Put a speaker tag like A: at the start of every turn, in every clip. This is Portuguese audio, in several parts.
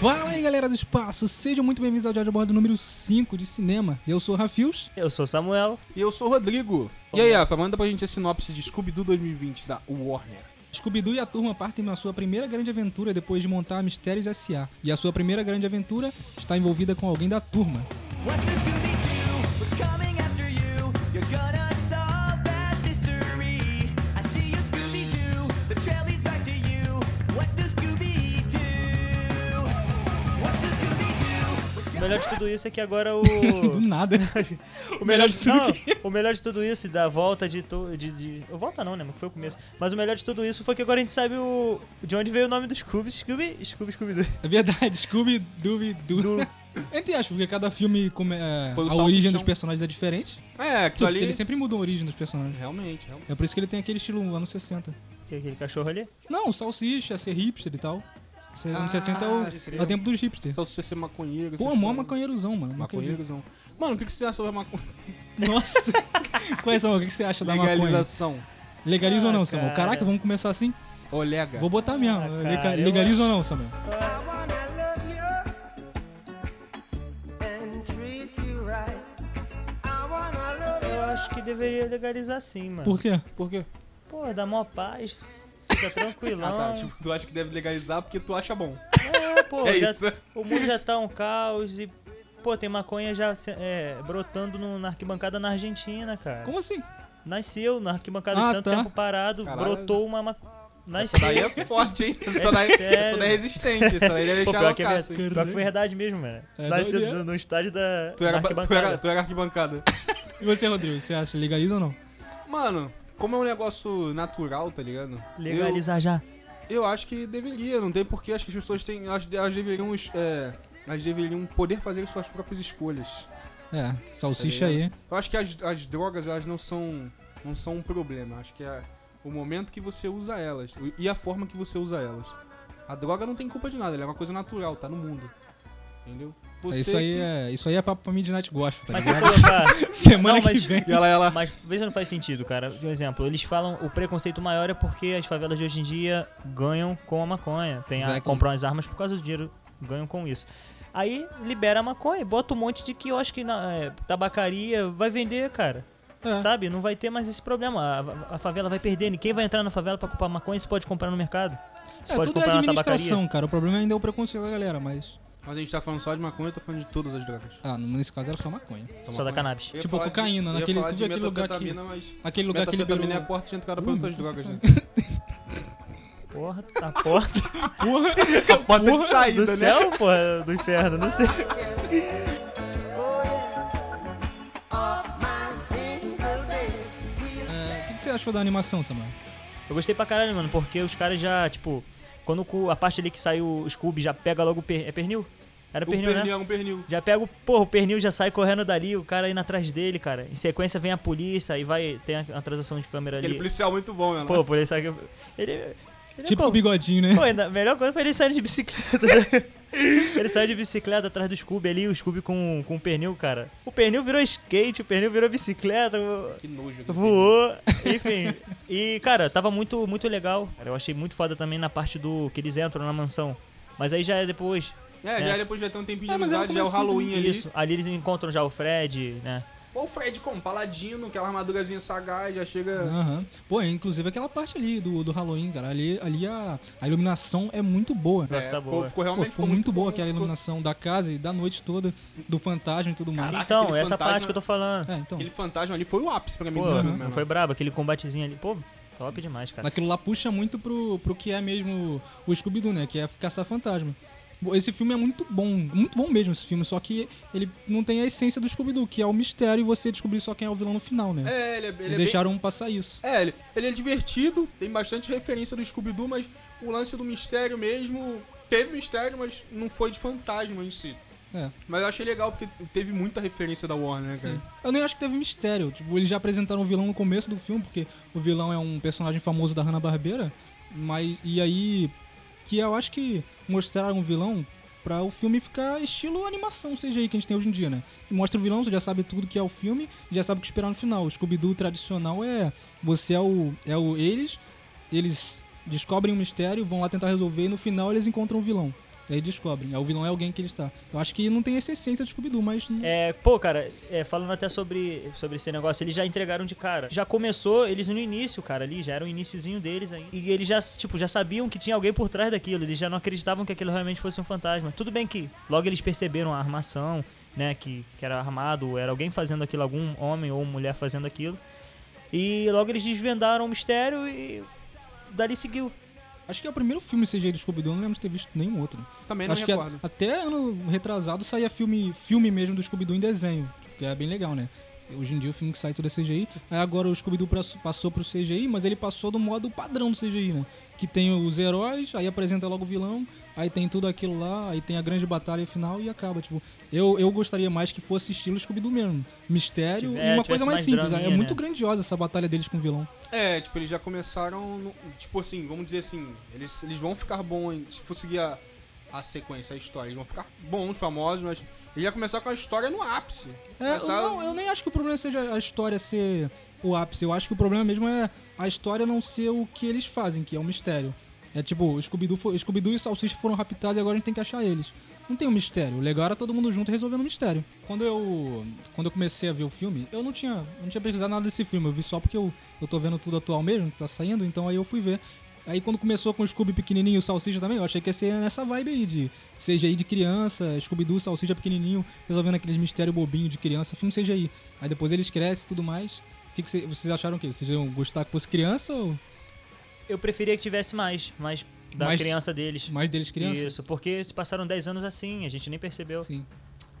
A: Fala aí, galera do espaço! Sejam muito bem-vindos ao Diário de Bordo número 5 de cinema. Eu sou o Rafios.
B: Eu sou o Samuel.
C: E eu sou o Rodrigo. E aí, Rafa, manda pra gente a sinopse de Scooby-Doo 2020 da Warner.
A: Scooby-Doo e a turma partem na sua primeira grande aventura depois de montar a Mistérios S.A. E a sua primeira grande aventura está envolvida com alguém da turma.
D: What's the Scooby Doo? We're coming after you. You're gonna solve that mystery. I see you, Scooby Doo. The trail leads back to you. What's the Scooby Doo? What's the Scooby Doo?
B: O melhor de tudo isso é que agora o.
A: Do nada.
B: o melhor de tudo.
A: Não.
B: o melhor de tudo isso, da volta de, to... de, de. Volta não, né? Mas foi o começo. Mas o melhor de tudo isso foi que agora a gente sabe o. De onde veio o nome do Scooby. Scooby. Scooby, Scooby Doo.
A: É verdade, Scooby-Doo. Entre aspas, porque cada filme come- é,
C: Foi o
A: a
C: salto
A: origem
C: de
A: dos
C: chão.
A: personagens é diferente.
C: É, aquilo ali...
A: Ele sempre muda a origem dos personagens.
C: Realmente, realmente.
A: É por isso que ele tem aquele estilo anos 60.
B: Que é aquele cachorro ali.
A: Não, salsicha, ser hipster e tal. Ser- Anos
C: Ah,
A: 60 é o,
C: pode crer.
A: é o tempo dos hipsters.
C: Só se você ser maconheiro.
A: Pô,
C: essas
A: mó
C: coisas.
A: maconheirozão, mano. Não acredito.
C: Maconheirozão. Mano, o que que você acha sobre a maco...
A: Nossa! Quais são? O que que você acha da maconha?
C: legalização?
A: Legaliza ou
B: Ah,
A: não, Samuel?
B: cara.
A: Caraca, vamos começar assim?
C: Olega.
A: Vou botar mesmo.
B: Ah,
A: Leca-
B: cara, eu
A: Legaliza
B: acho-
A: ou não, Samuel?
D: I wanna love you and treat you right. I wanna love you.
B: Eu acho que deveria legalizar sim, mano.
A: Por quê?
C: Por quê?
B: Pô, dá mó paz. Fica
C: Ah,
B: tranquilão.
C: tá. Tipo, tu acha que deve legalizar porque tu acha bom.
B: É, pô,
C: é
B: já-
C: isso.
B: o mundo já tá um caos e. Pô, tem maconha já se- é, brotando no- na arquibancada na Argentina, cara.
A: Como assim?
B: Nasceu na arquibancada
A: Ah,
B: de tanto
A: tá.
B: tempo parado,
C: Caralho.
B: brotou uma maconha.
C: Essa
B: Nasceu.
C: daí é forte, hein? Essa daí, essa
B: sério.
C: daí é resistente. Essa daí é
B: Pô,
C: deixar
B: pior, que é, verdade-
C: loucaço, hein?
A: hein?
B: pior que foi verdade mesmo, mano.
A: É
B: Nasceu
A: doideira.
B: no, no estádio da,
C: Tu era,
B: da
C: ba- tu, era,
B: arquibancada.
C: tu era arquibancada.
A: E você, Rodrigo? Você acha legaliza ou não?
C: Mano, como é um negócio natural, tá ligado? Eu-
B: Legalizar já.
A: Tá
C: Eu acho que deveria, não tem porquê. Acho que as pessoas têm. Elas, elas deveriam. é, elas deveriam poder fazer suas próprias escolhas.
A: É, salsicha
C: Tá
A: aí.
C: Eu acho que as, as drogas, elas não são. não são um problema. Acho que é o momento que você usa elas. E a forma que você usa elas. A droga não tem culpa de nada, ela é uma coisa natural, tá no mundo. Entendeu? Você
A: Isso aí,
C: que-
A: é, isso aí é papo pra Midnight Gospel, tá
B: Mas se
A: ligado?
B: colocar.
A: Semana
B: Não, mas-
A: que vem.
C: E ela, ela.
B: Mas vê se não faz sentido, cara. Por exemplo, eles falam o preconceito maior é porque as favelas de hoje em dia ganham com a maconha. Tem a,
A: Exactly.
B: compram as armas por causa do dinheiro, ganham com isso. Aí libera a maconha, e bota um monte de quiosque na é, tabacaria, vai vender, cara.
A: É.
B: Sabe? Não vai ter mais esse problema. A- A, a favela vai perder. Ninguém vai entrar na favela pra comprar maconha. Você pode comprar no mercado. Você
A: É,
B: pode
A: tudo é
B: comprar na tabacaria.
A: administração, cara. O problema ainda é o preconceito da galera, mas.
C: Mas a gente tá falando só de maconha, eu tô falando de todas as drogas.
A: Ah, nesse caso era só maconha.
B: Só da cannabis.
C: Eu ia
A: Tipo,
C: falar de-
A: cocaína,
C: eu ia
A: naquele-
C: falar
A: tu
C: de
A: viu aquele lugar que-
C: metanfetamina, Mas
A: Aquele lugar que Hum, liberou.
C: metanfetamina é a porta de entrada pra
A: Ui,
C: outras drogas, né?
B: Porra, a porta
A: Porra!
C: A porta
A: Porra
C: de saída,
B: do
C: né?
B: céu, porra, do inferno, não sei.
D: Of my single day.
A: É, o que, que você achou da animação, Samuel?
B: Eu gostei pra caralho, mano, porque os caras já, tipo, quando o cu- a parte ali que sai o Scooby já pega logo o per... É pernil? Era
C: Um
B: pernil, né?
C: pernil, um pernil.
B: Já pega o. Porra, o pernil já sai correndo dali, o cara indo atrás dele, cara. Em sequência vem a polícia e vai. Tem a, a transação de câmera
C: Aquele
B: ali.
C: policial muito bom, né? mano.
B: Pô, o policial. que- Ele. ele
A: Tipo
B: pô,
A: o bigodinho, né?
B: pô, ainda- a melhor coisa foi ele sair de bicicleta. né? ele sai de bicicleta atrás do Scooby ali, o Scooby com, com o pernil, cara. O pernil virou skate, o pernil virou bicicleta. o-
C: que nojo. aquele
B: Voou, enfim. E, cara, tava muito, muito legal. Cara, eu achei muito foda também na parte do que eles entram na mansão. Mas aí já é depois.
C: pernil. É,
B: né?
C: já depois já tem um tempinho de
A: É, mas era
C: amizade, já é o
A: comecinho
C: Halloween ali.
B: Isso. Ali eles encontram já o Fred, né?
C: Pô, o Fred com um paladino, aquela armadurazinha sagaz, já chega...
A: Aham. Pô, inclusive aquela parte ali do, do Halloween, cara. Ali, ali a, a iluminação é muito boa.
B: Pior que tá
C: ficou,
B: boa.
C: ficou
A: Pô,
C: realmente
A: ficou muito boa aquela
C: ficou-
A: iluminação da casa e da noite toda, do fantasma e tudo mais.
C: Caraca,
B: então,
C: aquele
B: essa
C: fantasma-
B: parte que eu tô falando.
A: É, então.
C: Aquele fantasma ali foi o ápice pra mim.
B: Pô,
C: do filme,
B: não
C: mano.
B: foi brabo, aquele combatezinho ali. Pô, top demais, cara.
A: Aquilo lá puxa muito pro, pro que é mesmo o Scooby-Doo, né? Que é caçar fantasma. Esse filme é muito bom, muito bom mesmo esse filme, só que ele não tem a essência do Scooby-Doo, que é o mistério e você descobrir só quem é o vilão no final, né?
C: É, ele é, ele é
A: Eles
C: bem-
A: deixaram passar isso.
C: É, ele, ele é divertido, tem bastante referência do Scooby-Doo, mas o lance do mistério mesmo... Teve mistério, mas não foi de fantasma em si.
A: É,
C: Mas eu achei legal porque teve muita referência da Warner, né, cara?
A: sim. Eu nem acho que teve mistério. Tipo, eles já apresentaram o vilão no começo do filme, porque o vilão é um personagem famoso da Hanna-Barbera, mas... E aí... Que eu acho que mostraram o vilão pra o filme ficar estilo animação CGI que a gente tem hoje em dia, né? Mostra o vilão, você já sabe tudo que é o filme e já sabe o que esperar no final. O Scooby-Doo tradicional é... Você é o... É o eles... Eles descobrem um mistério, vão lá tentar resolver e no final eles encontram o vilão. E aí descobrem. Aí o vilão é alguém que ele está. Eu acho que não tem essa essência do Scooby-Doo, mas. não-
B: É, pô, cara, é, falando até sobre, sobre esse negócio, eles já entregaram de cara. Já começou, eles no início, cara, ali, já era o iniciozinho deles aí. E eles já, tipo, já sabiam que tinha alguém por trás daquilo, eles já não acreditavam que aquilo realmente fosse um fantasma. Tudo bem que logo eles perceberam a armação, né, que, que era armado, era alguém fazendo aquilo, algum homem ou mulher fazendo aquilo. E logo eles desvendaram o mistério e dali seguiu.
A: Acho que é o primeiro filme CGI do Scooby-Doo, eu não lembro de ter visto nenhum outro.
C: Também não
A: Acho que a-
C: recordo.
A: até ano retrasado saía filme, filme mesmo do Scooby-Doo em desenho, que é bem legal, né? Hoje em dia o filme que sai tudo é CGI. Aí agora o Scooby-Doo pra- passou pro CGI, mas ele passou do modo padrão do CGI, né? Que tem os heróis, aí apresenta logo o vilão, aí tem tudo aquilo lá, aí tem a grande batalha final e acaba. Tipo, eu, eu gostaria mais que fosse estilo Scooby-Doo mesmo. Mistério
B: Tiver-
A: e uma
B: tivesse
A: coisa mais
B: mais
A: simples.
B: draminha,
A: é
B: né?
A: muito grandiosa essa batalha deles com o vilão.
C: É, tipo, eles já começaram. no- tipo assim, vamos dizer assim, eles, eles vão ficar bons. Se for seguir a, a sequência, a história, eles vão ficar bons, famosos, mas. Eles já começaram com a história no ápice.
A: É,
C: Começaram-
A: não, eu nem acho que o problema seja a história ser o ápice. Eu acho que o problema mesmo é a história não ser o que eles fazem, que é um mistério. É tipo, o Scooby-Doo foi- Scooby-Doo e o Salsicha foram raptados e agora a gente tem que achar eles. Não tem um mistério. O legal era todo mundo junto resolvendo o mistério. Quando eu, quando eu comecei a ver o filme, eu não tinha, eu não tinha pesquisado nada desse filme. Eu vi só porque eu, eu tô vendo tudo atual mesmo, que tá saindo, então aí eu fui ver. Aí quando começou com o Scooby pequenininho e o Salsicha também, eu achei que ia ser nessa vibe aí de CGI de criança, Scooby-Doo, Salsicha pequenininho, resolvendo aqueles mistérios bobinho de criança, filme CGI. Aí depois eles crescem e tudo mais. O que, que cê- vocês acharam que Vocês iam gostar que fosse criança ou
B: Eu preferia que tivesse mais, mais da
A: Mais-
B: criança deles.
A: mais deles criança?
B: Isso, porque se passaram 10 anos assim, a gente nem percebeu.
A: Sim.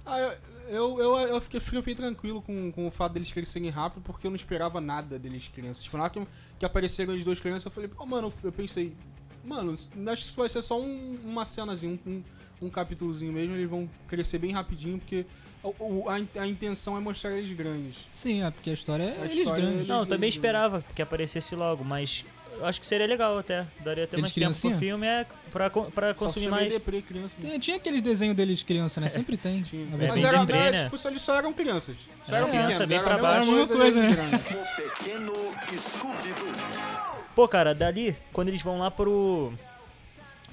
C: Ah, eu, eu, eu, eu fiquei, eu fiquei tranquilo com, com o fato deles crescerem rápido, porque eu não esperava nada deles crianças. Tipo, na hora que, que apareceram as duas crianças, eu falei, pô, mano, eu pensei, mano, acho que isso vai ser só um- uma cenazinha, um, um, um capítulozinho mesmo, eles vão crescer bem rapidinho, porque o- o- a, in- a intenção é mostrar eles grandes.
A: Sim, é porque a história é
C: A
A: eles
C: história
A: grandes.
C: deles-
B: Não, eu também
C: Eles-
B: esperava que aparecesse logo, mas eu acho que seria legal até. Daria até
A: Eles
B: mais tempo pro
A: criancinha?
B: filme é pra, co- pra
C: Só se
B: consumir
C: você
B: mais.
C: vê deprê, criança.
A: Tem- tinha aqueles desenhos deles criança, né? Sempre tem.
C: Tinha.
A: Na
B: É,
C: Mas
A: versão
B: bem
C: era,
A: infantil.
B: desenho,
C: era,
B: né?
C: tipo, eles só eram crianças. Só
B: Era
C: eram
B: criança,
C: pequenos,
B: bem
C: era
B: pra
C: a mesma
B: baixo. né?
A: Era a mesma
C: deles grandes.
E: O pequeno Scooby-Doo.
B: Pô, cara, dali, quando eles vão lá pro.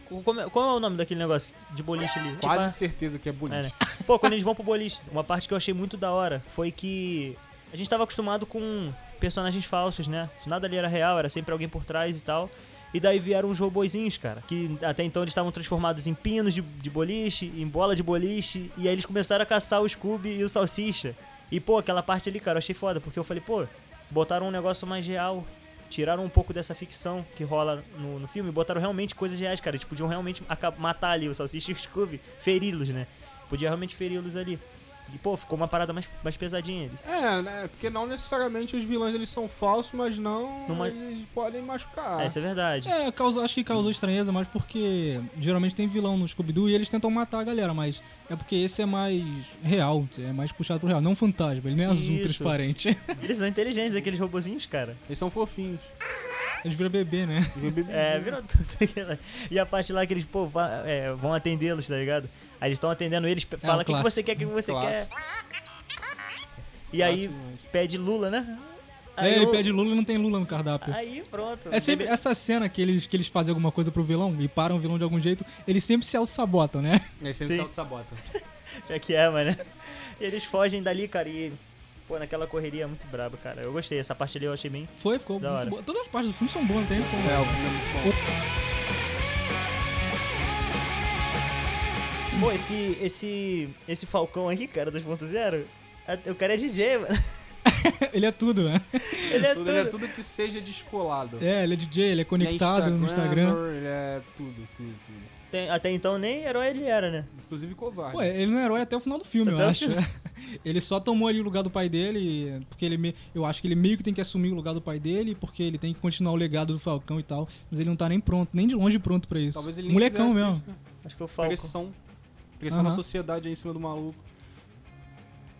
B: o- Como é, qual é o nome daquele negócio de boliche ali? Tipo,
C: Quase
B: a-
C: certeza que é bonito.
B: É, né? Pô, quando eles vão pro boliche, uma parte que eu achei muito da hora foi que a gente tava acostumado com personagens falsos, né? Nada ali era real, era sempre alguém por trás e tal. E daí vieram uns robozinhos, cara, que até então eles estavam transformados em pinos de, de boliche, em bola de boliche, e aí eles começaram a caçar o Scooby e o Salsicha. E, pô, aquela parte ali, cara, eu achei foda, porque eu falei, pô, botaram um negócio mais real, tiraram um pouco dessa ficção que rola no, no filme, botaram realmente coisas reais, cara. Eles podiam realmente aca- matar ali o Salsicha e o Scooby, feri-los, né? Podia realmente feri-los ali. E, pô, ficou uma parada mais, mais pesadinha. ali.
C: É, né? Porque não necessariamente os vilões eles são falsos, mas não
B: Numa-
C: eles podem machucar.
B: É, isso é verdade.
A: É, causou, acho que causou estranheza, mas porque geralmente tem vilão no Scooby-Doo e eles tentam matar a galera, mas é porque esse é mais real, é mais puxado pro real, não um fantasma, ele nem é azul
B: Isso.
A: transparente.
B: Eles são inteligentes, aqueles robozinhos, cara.
C: Eles são fofinhos.
A: Eles viram bebê, né?
B: É, virou tudo. aquilo. e a parte lá que eles, pô, va- é, vão atendê-los, tá ligado? Aí eles estão atendendo eles, pe- fala o que, que
A: É um clássico.
B: você quer, o que que você
C: Clássico.
B: quer. E aí pede Lula, né?
A: é, ele
B: o-
A: pede Lula e não tem Lula no cardápio.
B: Aí pronto.
A: É sempre essa cena que eles, que eles fazem alguma coisa pro vilão e param o vilão de algum jeito, eles sempre se auto-sabotam, né?
C: Eles
B: sempre Sim. se
C: sabota.
B: Já que é, mano. E eles fogem dali, cara, e. Pô, naquela correria é muito braba, cara. Eu gostei, essa parte ali eu achei bem.
A: Foi, ficou
B: Da
A: muito
B: hora.
A: boa. Todas as partes do filme são boas, não tem nem como.
C: É, o filme é muito bom.
B: Pô, esse. Esse. Esse Falcão aqui, cara, 2.0. a- O cara é DJ, mano.
A: Ele é tudo, né?
B: Ele é
C: Tudo, ele é
B: tudo.
C: tudo que seja descolado.
A: É, ele é DJ, ele é conectado
C: Ele é
A: no Instagram.
C: Ele é tudo, tudo, tudo.
B: Tem- Até então nem herói ele era, né?
C: Inclusive covarde.
A: Ué, ele não é herói até o final do filme, eu
B: Até o
A: acho. ele só tomou ali o lugar do pai dele, porque ele me... eu acho que ele meio que tem que assumir o lugar do pai dele, porque ele tem que continuar o legado do Falcão e tal. Mas ele não tá nem pronto, nem de longe pronto pra isso.
C: Talvez ele nem
A: Molecão
C: quisesse
A: mesmo.
C: isso, né?
B: Acho que o Falcão.
C: Pressão. Pressão
A: Aham.
C: da sociedade aí em cima do maluco.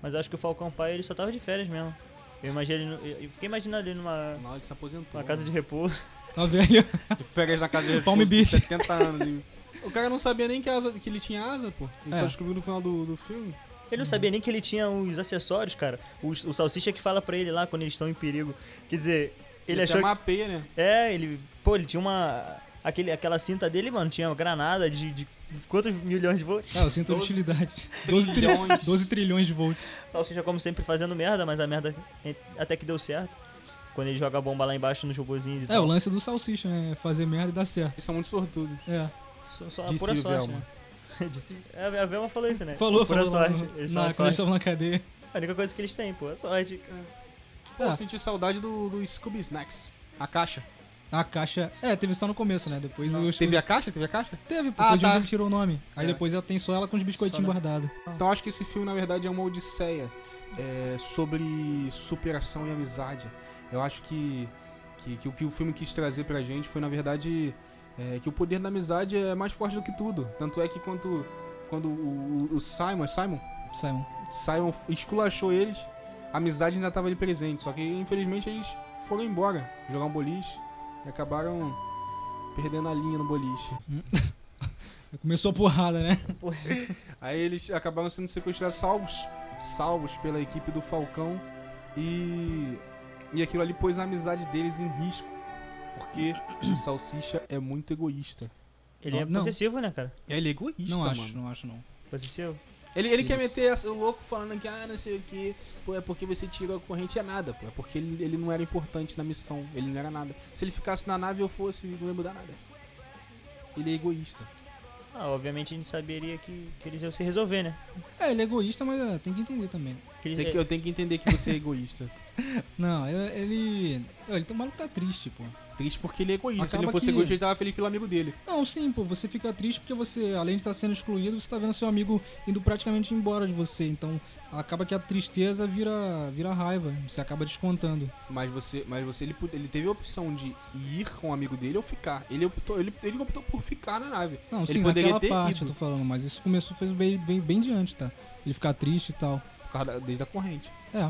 B: Mas eu acho que o Falcão pai ele só tava de férias mesmo. Eu imagino ele. no- Eu eu fiquei imaginando ele numa.
C: Na hora de se aposentou.
B: Uma casa de repouso.
A: Tá velho.
C: De férias na casa de
A: Palm
C: repouso
A: Beach.
C: com 70 anos. e- O cara não sabia nem que, asa- que ele tinha asa, pô. Ele
A: É.
C: só descobriu no final do, do filme.
B: Ele não sabia nem que ele tinha os acessórios, cara. O, o Salsicha que fala pra ele lá quando eles estão em perigo. Quer dizer, ele,
C: até
B: achou que.
C: mapeia, né?
B: É, ele. Pô, ele tinha uma. Aquele, aquela cinta dele, mano, tinha granada de, de Quantos milhões de volts?
A: Ah, eu sinto a utilidade. 12
C: trilhões.
A: trilhões. 12 trilhões de volts.
B: Salsicha, como sempre, fazendo merda, mas a merda en- até que deu certo. Quando ele joga a bomba lá embaixo nos robozinhos e
A: É, o
B: tal.
A: lance do salsicha, né? Fazer merda e dar certo.
C: Eles são muito sortudos.
A: É.
B: Só, só
C: Disse
B: pura
C: o
B: sorte,
C: Velma.
B: né? Disse- é, a Velma falou isso, né?
A: Falou,
B: pura
A: falou. Ah,
B: sorte.
A: lá no-
C: é
B: Eles são
A: na, quando
B: a
A: eles
B: sorte.
A: estavam na cadeia.
B: A única coisa que eles têm, pô, é sorte. cara.
C: Pô,
A: Ah.
C: eu senti saudade do, do Scooby Snacks. A caixa.
A: A caixa. É, teve só no começo, né? Depois os.
C: Ah, Teve a
A: os-
C: caixa? Teve a caixa?
A: Teve, pô.
C: Ah,
A: foi de
C: tá.
A: onde ele tirou o nome. Aí
C: É.
A: depois ela tem só ela com os biscoitinhos
B: Só,
A: guardados.
C: Então acho que esse filme, na verdade, é uma odisseia é, sobre superação e amizade. Eu acho que, que, que o que o filme quis trazer pra gente foi, na verdade, é, que o poder da amizade é mais forte do que tudo. Tanto é que quando, quando o, o- o Simon, é Simon,
A: Simon.
C: Simon esculachou eles, a amizade ainda estava ali presente. Só que infelizmente eles foram embora jogar um boliche e acabaram perdendo a linha no boliche.
A: Começou a porrada, né?
C: Aí eles acabaram sendo sequestrados, salvos, salvos pela equipe do Falcão e e aquilo ali pôs a amizade deles em risco, porque o Salsicha é muito egoísta.
B: Ele é
A: Não.
B: possessivo, né, cara?
C: Ele é egoísta,
A: não acho, não acho, não.
B: Possessivo.
C: Ele, ele quer
A: Isso.
C: meter essa- o louco falando que, ah, não sei o que, pô, é porque você tirou a corrente, é nada, pô, é porque ele, ele não era importante na missão, ele não era nada. Se ele ficasse na nave, eu fosse, não ia mudar nada. Ele é egoísta.
B: Ah, obviamente a gente saberia que, que eles iam se resolver, né?
A: É, ele é egoísta, mas é, tem que entender também.
B: Que eles-
C: Tem que- eu tenho que entender que você é egoísta.
A: Não, ele. Ele, ele tá- o maluco tá triste, pô.
C: Triste porque ele é egoísta. Se
A: Acaba
C: ele não fosse
A: que-
C: egoísta, ele tava feliz pelo amigo dele.
A: Não, sim, pô, você fica triste porque você, além de estar sendo excluído, você tá vendo seu amigo indo praticamente embora de você. Então, acaba que a tristeza vira, vira raiva. Você acaba descontando.
C: Mas você, mas você ele, pu- ele teve a opção de ir com o amigo dele ou ficar. Ele optou, ele, ele optou por ficar na nave.
A: Não,
C: Ele
A: sim,
C: poderia
A: naquela
C: ter
A: parte
C: ido.
A: eu tô falando, mas isso começou, fez bem, bem, bem diante, tá? Ele ficar triste e tal.
C: Por causa da, desde a corrente.
A: É,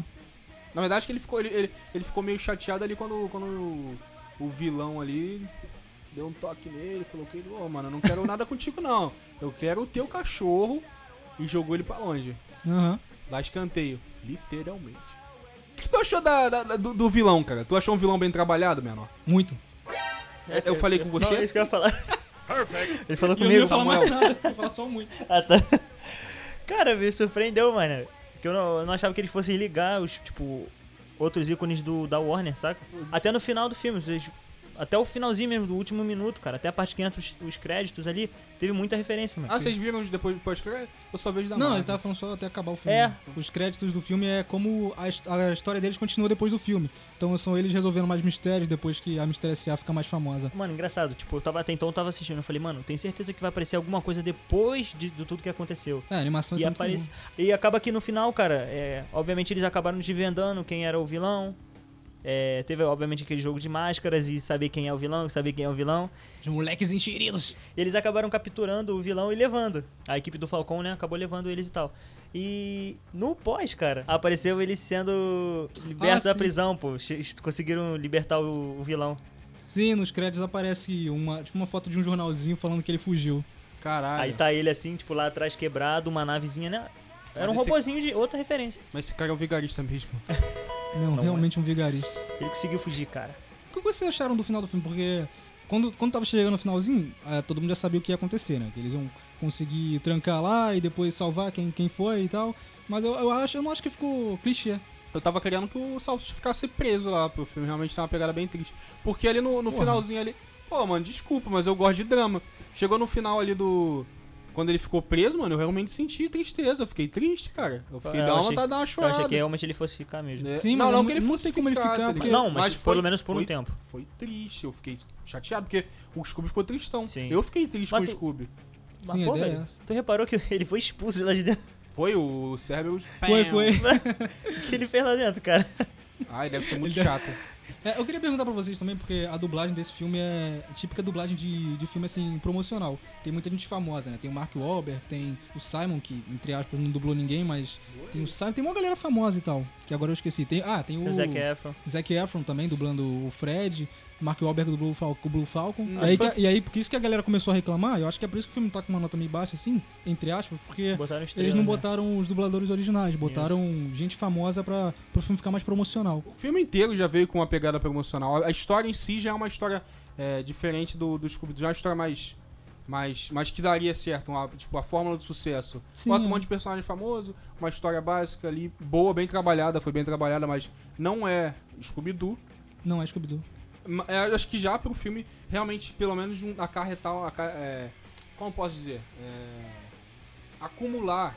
C: Na verdade, acho que ele ficou, ele, ele, ele ficou meio chateado ali quando, quando o, o vilão ali deu um toque nele, falou que, ô, mano, eu não quero nada contigo, não. Eu quero o teu cachorro. E jogou ele pra longe.
A: aham.
C: Lá escanteio. Literalmente. O que tu achou da, da- da- do, do vilão, cara? Tu achou um vilão bem trabalhado, menor?
A: Muito.
B: É,
C: eu falei com você?
B: Não, é isso que eu ia falar. Ele falou
A: eu não ia
B: comigo.
A: falar mais
C: Samuel.
A: nada, eu ia falar só um muito.
B: Ah, tá. Cara, me surpreendeu, mano. Que eu não, eu não achava que eles fossem ligar os, tipo, outros ícones do, da Warner, saca? Até no final do filme, vocês- até o finalzinho mesmo, do último minuto, cara. Até a parte que entra os, os créditos ali, teve muita referência, mano.
C: Ah, vocês viram depois do pós-crédito? Eu só vejo da
A: Não,
C: Marvel.
A: ele tá- tava falando só até acabar o filme.
B: É.
A: Os créditos do filme é como a, his- a história deles continua depois do filme. Então são eles resolvendo mais mistérios depois que a Mistério S.A. fica mais famosa.
B: Mano, engraçado. Tipo, eu tava até então eu tava assistindo. Eu falei, mano, tenho certeza que vai aparecer alguma coisa depois de, de tudo que aconteceu.
A: É, a animação
B: E,
A: é muito
B: aparece, e acaba que no final, cara, é, obviamente eles acabaram desvendando quem era o vilão. É, teve, obviamente, aquele jogo de máscaras e saber quem é o vilão, saber quem é o vilão.
A: bom. Os moleques enxeridos.
B: Eles acabaram capturando o vilão e levando. A equipe do Falcão, né, acabou levando eles e tal. E no pós, cara, apareceu eles sendo libertos
A: Ah,
B: da
A: sim.
B: prisão, pô. Che- Conseguiram libertar o, o vilão.
A: Sim, nos créditos aparece uma, tipo uma foto de um jornalzinho falando que ele fugiu. Ah,
C: Caralho.
A: é.
B: Aí tá ele assim, tipo, lá atrás quebrado, uma navezinha, né? Era
C: Mas
B: um
C: esse-
B: robozinho de outra referência.
C: Mas esse cara é um vigarista mesmo.
A: Não,
B: Não é.
A: realmente um vigarista.
B: Ele conseguiu fugir, cara.
A: O que vocês acharam do final do filme? Porque quando, quando tava chegando no finalzinho, eh, todo mundo já sabia o que ia acontecer, né? Que eles iam conseguir trancar lá e depois salvar quem, quem foi e tal. Mas eu, eu acho, eu não acho que ficou clichê.
C: Eu tava querendo que o Salsicha ficasse preso lá pro filme. Realmente tá uma pegada bem triste. Porque ali no, no
A: Porra.
C: finalzinho ali. Pô, mano, desculpa, mas eu gosto de drama. Chegou no final ali do. Quando ele ficou preso, mano, eu realmente senti tristeza. Eu fiquei triste, cara. Eu fiquei
B: É, Eu
C: dá uma
B: achei-
C: vontade de dar uma
B: Eu
C: chorada.
B: achei que realmente ele fosse ficar mesmo.
C: né?
A: Sim, mas
C: não, não
A: não-
C: que ele
A: não
C: fosse
A: tem como ele
C: tá
A: ficar,
C: ligado?
A: porque-
B: Não, mas,
C: foi-
B: pelo menos por
C: foi-
B: um tempo.
C: Foi triste, eu fiquei chateado, porque o Scooby ficou tristão.
B: Sim.
C: Eu fiquei triste
B: Mas
C: com
B: tu-
C: o Scooby.
B: Mas,
A: Sim, a
B: pô,
A: ideia é
B: velho,
A: essa.
B: tu reparou que ele foi expulso lá de dentro?
C: Foi o Cerberus.
A: Foi, foi.
B: O que ele fez lá dentro, cara?
C: Ai, deve ser muito
A: Ele deve-
C: chato.
A: É, eu queria perguntar pra vocês também, porque a dublagem desse filme é típica dublagem de, de filme, assim, promocional. Tem muita gente famosa, né? Tem o Mark Wahlberg, tem o Simon, que, entre aspas, não dublou ninguém, mas tem o Simon, tem uma galera famosa e tal, que agora eu esqueci. Tem, ah, tem o...
B: Tem o Zac Efron.
A: Zac Efron também dublando o Fred, Mark Wahlberg dublou o, Fal o Blue Falcon.
C: Hum,
A: E aí,
C: acho
A: que- e aí, por isso que a galera começou a reclamar, eu acho que é por isso que o filme tá com uma nota meio baixa, assim, entre aspas, porque
B: Botaram estrela,
A: eles não
B: né?
A: botaram os dubladores originais, botaram gente famosa pra, pro filme ficar mais promocional.
C: O filme inteiro já veio com uma pegada promocional. A- A história em si já é uma história é, diferente do, do Scooby-Doo. Já é uma história mais, Mas, mas que daria certo, uma, tipo, a fórmula do sucesso.
A: Sim,
C: Bota
A: é.
C: um monte de personagem famoso, uma história básica ali, boa, bem trabalhada, foi bem trabalhada, mas não é Scooby-Doo.
A: Não, é Scooby-Doo.
C: Ma- é, acho que já pro filme, realmente, pelo menos um, acarretar, uma ca- é, como eu posso dizer? É, acumular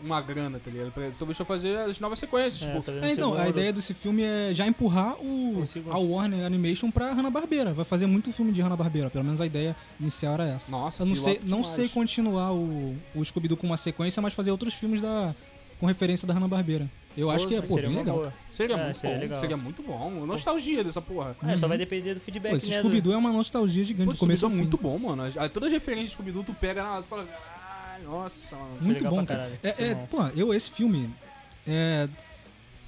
C: uma grana, tá ligado? Pra, talvez eu fazer as novas sequências,
B: É,
C: tipo,
B: tá vendo
A: É, então,
B: segundo.
A: a ideia desse filme é já empurrar o,
B: Um segundo.
A: a Warner Animation pra Hanna-Barbera. Vai fazer muito filme de Hanna-Barbera, pelo menos a ideia inicial era essa.
C: Nossa,
A: Eu não
C: pior
A: sei,
C: que
A: não
C: demais.
A: sei continuar o, o Scooby-Doo com uma sequência, mas fazer outros filmes da, com referência da Hanna-Barbera. Eu acho que é,
B: Mas
A: pô,
B: seria
A: bem
B: uma
A: legal.
B: boa.
C: Seria
B: É,
C: muito
B: seria
C: bom,
B: legal.
C: seria muito bom. Nostalgia dessa porra.
B: É, só vai depender do feedback,
A: Uhum. Pô, esse
B: né? do-
A: Scooby-Doo é uma nostalgia gigante,
C: Pô,
A: do começo ao
C: Scooby-Doo é
A: fim.
C: muito bom, mano. As- Todas as referências de Scooby-Doo tu pega na tu fala, ah, nossa, mano.
A: Muito
B: legal
A: bom,
B: pra
A: cara.
B: caralho.
A: É, é,
B: Muito
A: pô, eu, esse filme. é,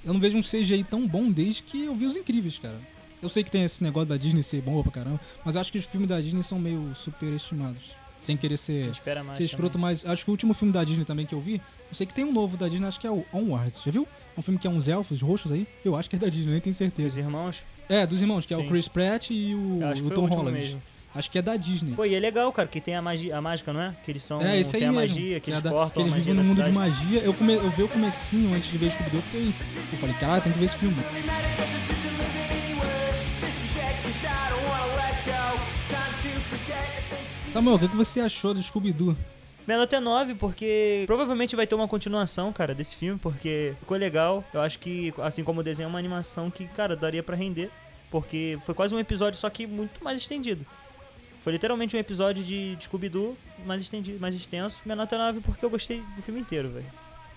A: eu não vejo um CGI tão bom desde que eu vi Os Incríveis, cara. Eu sei que tem esse negócio da Disney ser boa pra caramba, mas eu acho que os filmes da Disney são meio superestimados. Sem querer
B: A
A: ser,
B: gente espera mais.
A: ser é escroto, mas acho que o último filme da Disney também que eu vi, eu sei que tem um novo da Disney, acho que é o Onward, já viu? É um filme que é uns elfos roxos aí, eu acho que é da Disney, nem tenho
B: também. Os
A: certeza.
B: irmãos,
A: É, dos irmãos, que é
B: Sim.
A: o Chris Pratt e o,
B: eu acho
A: o
B: que foi
A: Tom
B: o último
A: Holland.
B: mesmo.
A: Acho que é da Disney.
B: Pô, e é legal, cara, que tem a, magi a mágica, não é? Que eles são.
A: É, isso aí
B: tem a
A: mesmo.
B: magia, que
A: é
B: eles
A: da-
B: cortam
A: que eles
B: a magia.
A: vivem no
B: da
A: mundo de
B: cidade.
A: magia. Eu, come, eu vi o comecinho antes de ver Scooby-Doo, eu fiquei... Eu falei, caralho, tem que ver esse filme. Samuel, o que, que você achou do Scooby-Doo?
B: Minha nota é 9, porque provavelmente vai ter uma continuação, cara, desse filme, porque ficou legal. Eu acho que, assim como o desenho, é uma animação que, cara, daria pra render. Porque foi quase um episódio, só que muito mais estendido. Foi literalmente um episódio de, de Scooby-Doo, mais estendido, mais extenso. Minha nota é 9 porque eu gostei do filme inteiro, velho.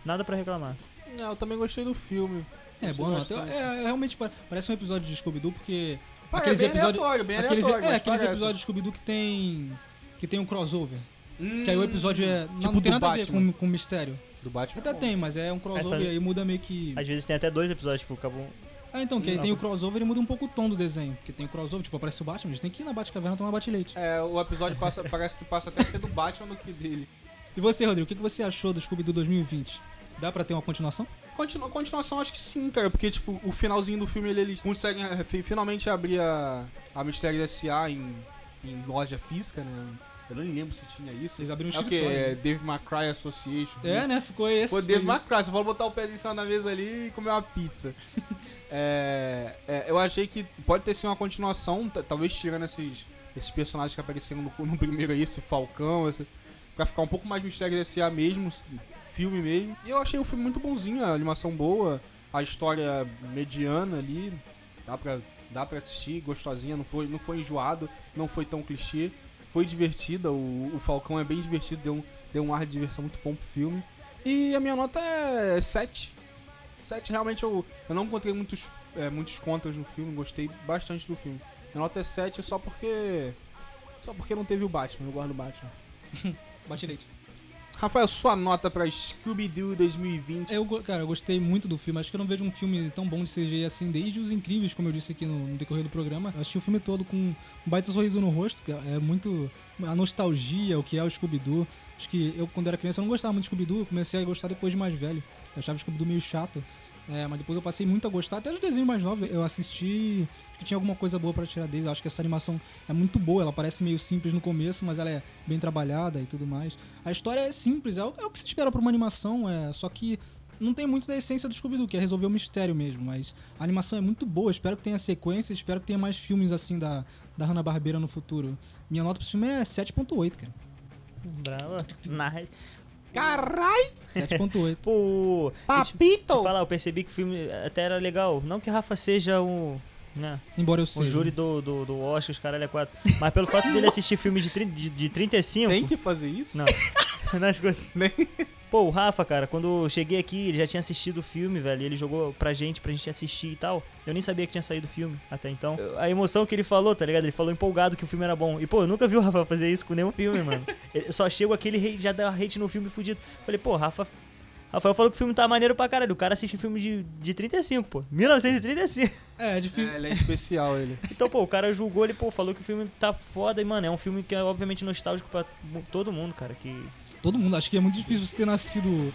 B: Nada pra reclamar.
C: Não, eu também gostei do filme.
A: É,
C: Gostei
A: boa nota.
C: bastante.
A: É, é, realmente pa- parece um episódio de Scooby-Doo, porque...
C: Ah,
A: aqueles
C: é bem
A: episódios...
C: aleatório, bem
A: aqueles,
C: aleatório,
A: é,
C: mas
A: aqueles
C: parece.
A: episódios de Scooby-Doo que tem... Que tem um crossover.
C: Hum,
A: Que aí o episódio é... não-
C: tipo
A: não tem
C: do
A: nada a ver
C: Batman.
A: com, com mistério.
C: Do Batman.
A: Até
C: Bom.
A: tem, mas é um crossover e aí muda meio que...
B: Às vezes tem até dois episódios, tipo, acabou.
A: Ah, então, que aí
B: Não.
A: tem o crossover e muda um pouco o tom do desenho. Porque tem o crossover, tipo, aparece o Batman, eles têm que ir na Batcaverna tomar bate-leite.
C: É, o episódio passa, parece que passa até a ser do Batman do que dele.
A: E você, Rodrigo, o que que você achou do Scooby-Doo 2020? Dá pra ter uma continuação?
C: Continua, continuação acho que sim, cara, porque tipo, o finalzinho do filme ele, eles conseguem eh, fi- finalmente abrir a, a Mistério S.A. Em, em loja física, né? Eu não lembro se tinha isso.
A: Eles abriram um
C: É o que?
A: escritório.
C: É Dave McCray Association.
A: É, né? Ficou esse.
C: Poder
A: foi isso.
C: macrar, você pode botar o pezinho em cima da mesa ali e comer uma pizza. É, é, eu achei que pode ter sido uma continuação, t- talvez tirando esses, esses personagens que apareceram no, no primeiro aí, esse Falcão, esse, pra ficar um pouco mais mistério desse A mesmo, s- filme mesmo. E eu achei o filme muito bonzinho, a animação boa, a história mediana ali, dá pra, dá pra assistir, gostosinha, não foi, não foi enjoado, não foi tão clichê. Foi divertida, o, o Falcão é bem divertido, deu um, deu um ar de diversão muito bom pro filme. E a minha nota é 7. 7 realmente eu, eu não encontrei muitos, é, muitos contras no filme, gostei bastante do filme. Minha nota é 7 só porque. Só porque não teve o Batman, eu gosto do Batman.
A: Bate-leite.
C: Rafael, sua nota pra Scooby-Doo 2020.
A: Eu, go- cara, eu gostei muito do filme. Acho que eu não vejo um filme tão bom de CGI assim desde Os Incríveis, como eu disse aqui no, no decorrer do programa. Eu assisti o filme todo com um baita sorriso no rosto. cara. É muito... A nostalgia, o que é o Scooby-Doo. Acho que eu, quando era criança, eu não gostava muito de Scooby-Doo. Eu comecei a gostar depois de mais velho. Eu achava o Scooby-Doo meio chato. É, mas depois eu passei muito a gostar. Até os desenhos mais novos eu assisti. Acho que tinha alguma coisa boa pra tirar deles. Eu acho que essa animação é muito boa. Ela parece meio simples no começo, mas ela é bem trabalhada e tudo mais. A história é simples, é o, é o que se espera pra uma animação. É, só que não tem muito da essência do Scooby-Doo, que é resolver o mistério mesmo. Mas a animação é muito boa. Espero que tenha sequência. Espero que tenha mais filmes assim da, da Hanna-Barbera no futuro. Minha nota pro filme é 7,8, cara.
B: Brava. Nice. É.
C: Carai!
A: 7,8.
B: Pô, deixa- Deixa eu
C: Papito!
B: falar, eu percebi que o filme até era legal. Não que Rafa seja o. Né,
A: Embora eu
B: o
A: seja.
B: júri do, do, do Oscar, os caralho é quatro. Mas pelo fato dele assistir filme de, trin- de, de 35.
C: Tem que fazer isso?
B: Não. Nas coisas. Pô, o Rafa, cara, quando eu cheguei aqui, ele já tinha assistido o filme, velho. e Ele jogou pra gente, pra gente assistir e tal. Eu nem sabia que tinha saído o filme até então. Eu- A emoção que ele falou, tá ligado? Ele falou empolgado que o filme era bom. E, pô, eu nunca vi o Rafa fazer isso com nenhum filme, mano. Eu só chego aqui, ele re- já dá hate no filme fudido. Falei, pô, Rafa. Rafael falou que o filme tá maneiro pra caralho. O cara assiste filme de, de 35, pô. 1935.
A: É, é difícil.
C: É, ele é especial, ele.
B: Então, pô, o cara julgou ele, pô, falou que o filme tá foda. E, mano, é um filme que é obviamente nostálgico pra mu- todo mundo, cara. Que
A: Todo mundo, acho que é muito difícil você ter nascido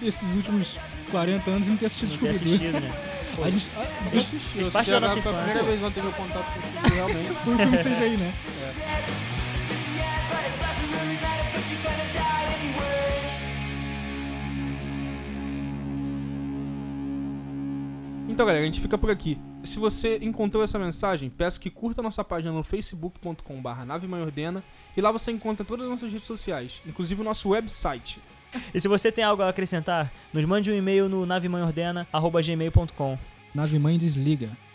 A: nesses últimos 40 anos e não ter assistido
B: não tem
A: Scooby-Doo.
B: assistido, né? Pô,
A: A gente- ah,
C: Eu
A: Deus,
C: assisti,
B: Fez
C: eu
B: parte
C: assisti
B: da
C: agora
B: nossa
C: pela
B: infância.
C: primeira vez ontem meu contato com o filme, realmente.
A: Foi um filme CGI, né?
D: But it you're gonna die anyway.
C: Então, galera, a gente fica por aqui. Se você encontrou essa mensagem, peço que curta a nossa página no facebook.com.br Nave Maiordena e lá você encontra todas as nossas redes sociais, inclusive o nosso website.
B: E se você tem algo a acrescentar, nos mande um e-mail no navemanhordena.gmail.com.
A: Nave Mãe desliga.